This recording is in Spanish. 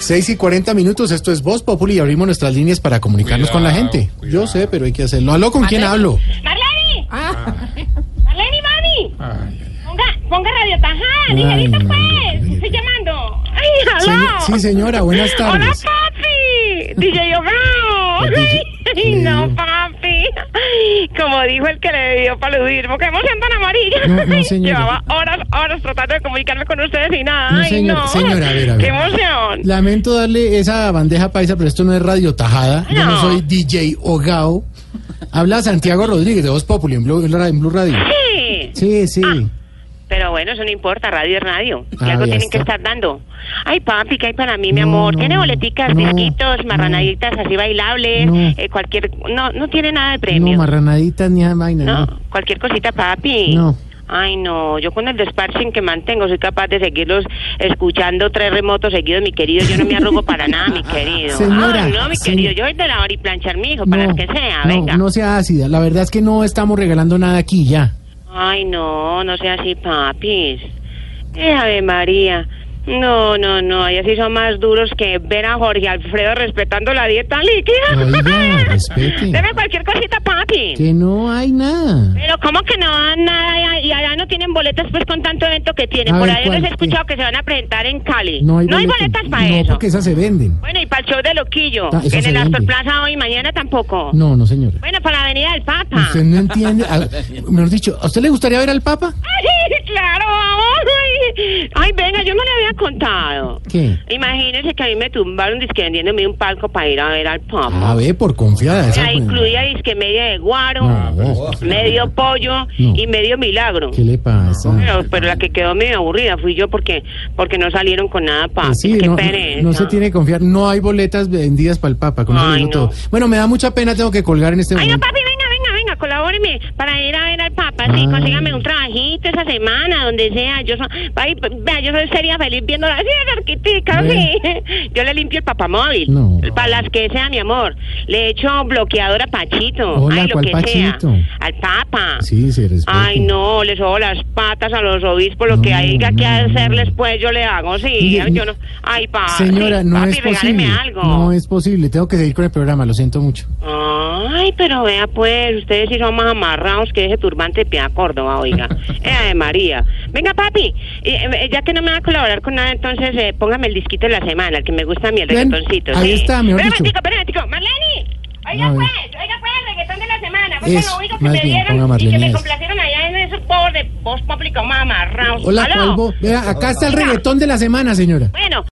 6 y 40 minutos, esto es Voz Populi y abrimos nuestras líneas para comunicarnos con la Cuidado, gente. Yo cuidado. sé, pero hay que hacerlo. ¿Aló, con quién hablo? Marlene, Ah, Marlene, mami, Ay, ay, ponga, ponga Radio Tajada, ligerita no, no, pues, no, no, no. estoy llamando. Ay, señor- aló. sí, señora, buenas Hola, tardes. papi, DJ Obrao. Pues, DJ, Ay, no, eh. papi, Ay, como dijo el que le dio paludismo, que emoción tan amarilla. No, no, señora. Llevaba horas, horas tratando de comunicarme con ustedes y nada. No, Ay, señor- no. señora, a ver, a ver. Qué emoción. Lamento darle esa bandeja paisa, pero esto no es Radio Tajada. Yo no No. soy DJ Ogao. Habla Santiago Rodríguez de Voz Populi en Blue, en Blue Radio. Sí. Sí, sí. Ah, Pero bueno, eso no importa, radio es radio. Y Ah, algo ya tienen está. que estar dando. Ay, papi, ¿qué hay para mí, mi No, amor? no, ¿Tiene boleticas, no, disquitos, marranaditas así bailables? No. Eh, cualquier... No, no tiene nada de No, premio. marranaditas ni nada vaina, No, no. cualquier cosita, papi. No. Ay, no, yo con el desparching que mantengo soy capaz de seguirlos escuchando tres remotos seguidos, mi querido. Yo no me arrugo para nada, mi querido. Señora, Ay, no, mi sí. querido, yo soy de lavar y planchar, mi hijo, para el que sea, no, venga. no sea ácida. La verdad es que no estamos regalando nada aquí ya. Ay, no, no sea así, papis. Eh, Ave María. No, no, no, ellos sí son más duros que ver a Jorge Alfredo respetando la dieta líquida. Oiga, respete. Deme cualquier cosita, papi. Que no hay nada. Pero ¿cómo que no dan nada y allá no tienen boletas pues con tanto evento que tienen? A Por ver, ahí les ¿cuál? he escuchado que se van a presentar en Cali. No hay, boletas para No, eso. porque esas se venden. Bueno, y para el show de Loquillo, Ah, eso en se el Astor vende. Plaza hoy y mañana tampoco. No, no, señora. Bueno, para la Avenida del Papa. Usted no entiende. A- mejor dicho, ¿a usted le gustaría ver al Papa? Ay, claro, vamos. Ay, Ay, venga, yo no le había contado. ¿Qué? Imagínense que a mí me tumbaron disque vendiéndome un palco para ir a ver al A papa. ver, por confiada. esa- Ya incluía disque media de guaro, No, medio pollo y medio milagro. ¿Qué le pasa? Pero, pero la que quedó medio aburrida fui yo porque porque no salieron con nada para. Pues Sí, Qué no, pereza. no se tiene que confiar. No hay boletas vendidas para el Papa. Con eso Ay, digo no. todo. Bueno, me da mucha pena. Tengo que colgar en este Ay, no, momento. papi, venga, venga, venga, colabóreme para ir a ver al Papa, sí, Ah. consígame un trabajito esa semana, donde sea, yo so- ay, p- vea, yo soy- sería feliz viendo la arquítica, sí. Yo le limpio el papamóvil, No. para las que sea, mi amor. Le echo bloqueador a Pachito, Hola, ay, lo ¿cuál que Pachito? sea, al Papa. Sí, sí, respete. Ay, no, le sobo las patas a los obispos, lo que No, haya no, que no. hacerles, pues yo le hago, sí, Mire, yo no, ay, pa, Señora, sí, no papi, es posible. regáleme algo. No es posible. Tengo que seguir con el programa. Lo siento mucho. Ay, pero vea pues, ustedes sí son más amarrados que ese turbante de Piedad Córdoba, oiga. Eh, Ave María. Venga, papi, eh, eh, ya que no me va a colaborar con nada, entonces eh, póngame el disquito de la semana, el que me gusta a mí, el Ven, reggaetoncito. ahí sí. está, mejor Espera un dicho. momentico, espera un momentico. Marlene, A oiga ver. pues, oiga pues el reggaetón de la semana. Fue Eso, lo único que más me bien, dieron ponga y que Marlene me eso. complacieron allá en esos pobres de voz pública más amarrados. Hola, ¿Aló? Calvo. Vea, acá está el reggaetón de la semana, señora. Bueno.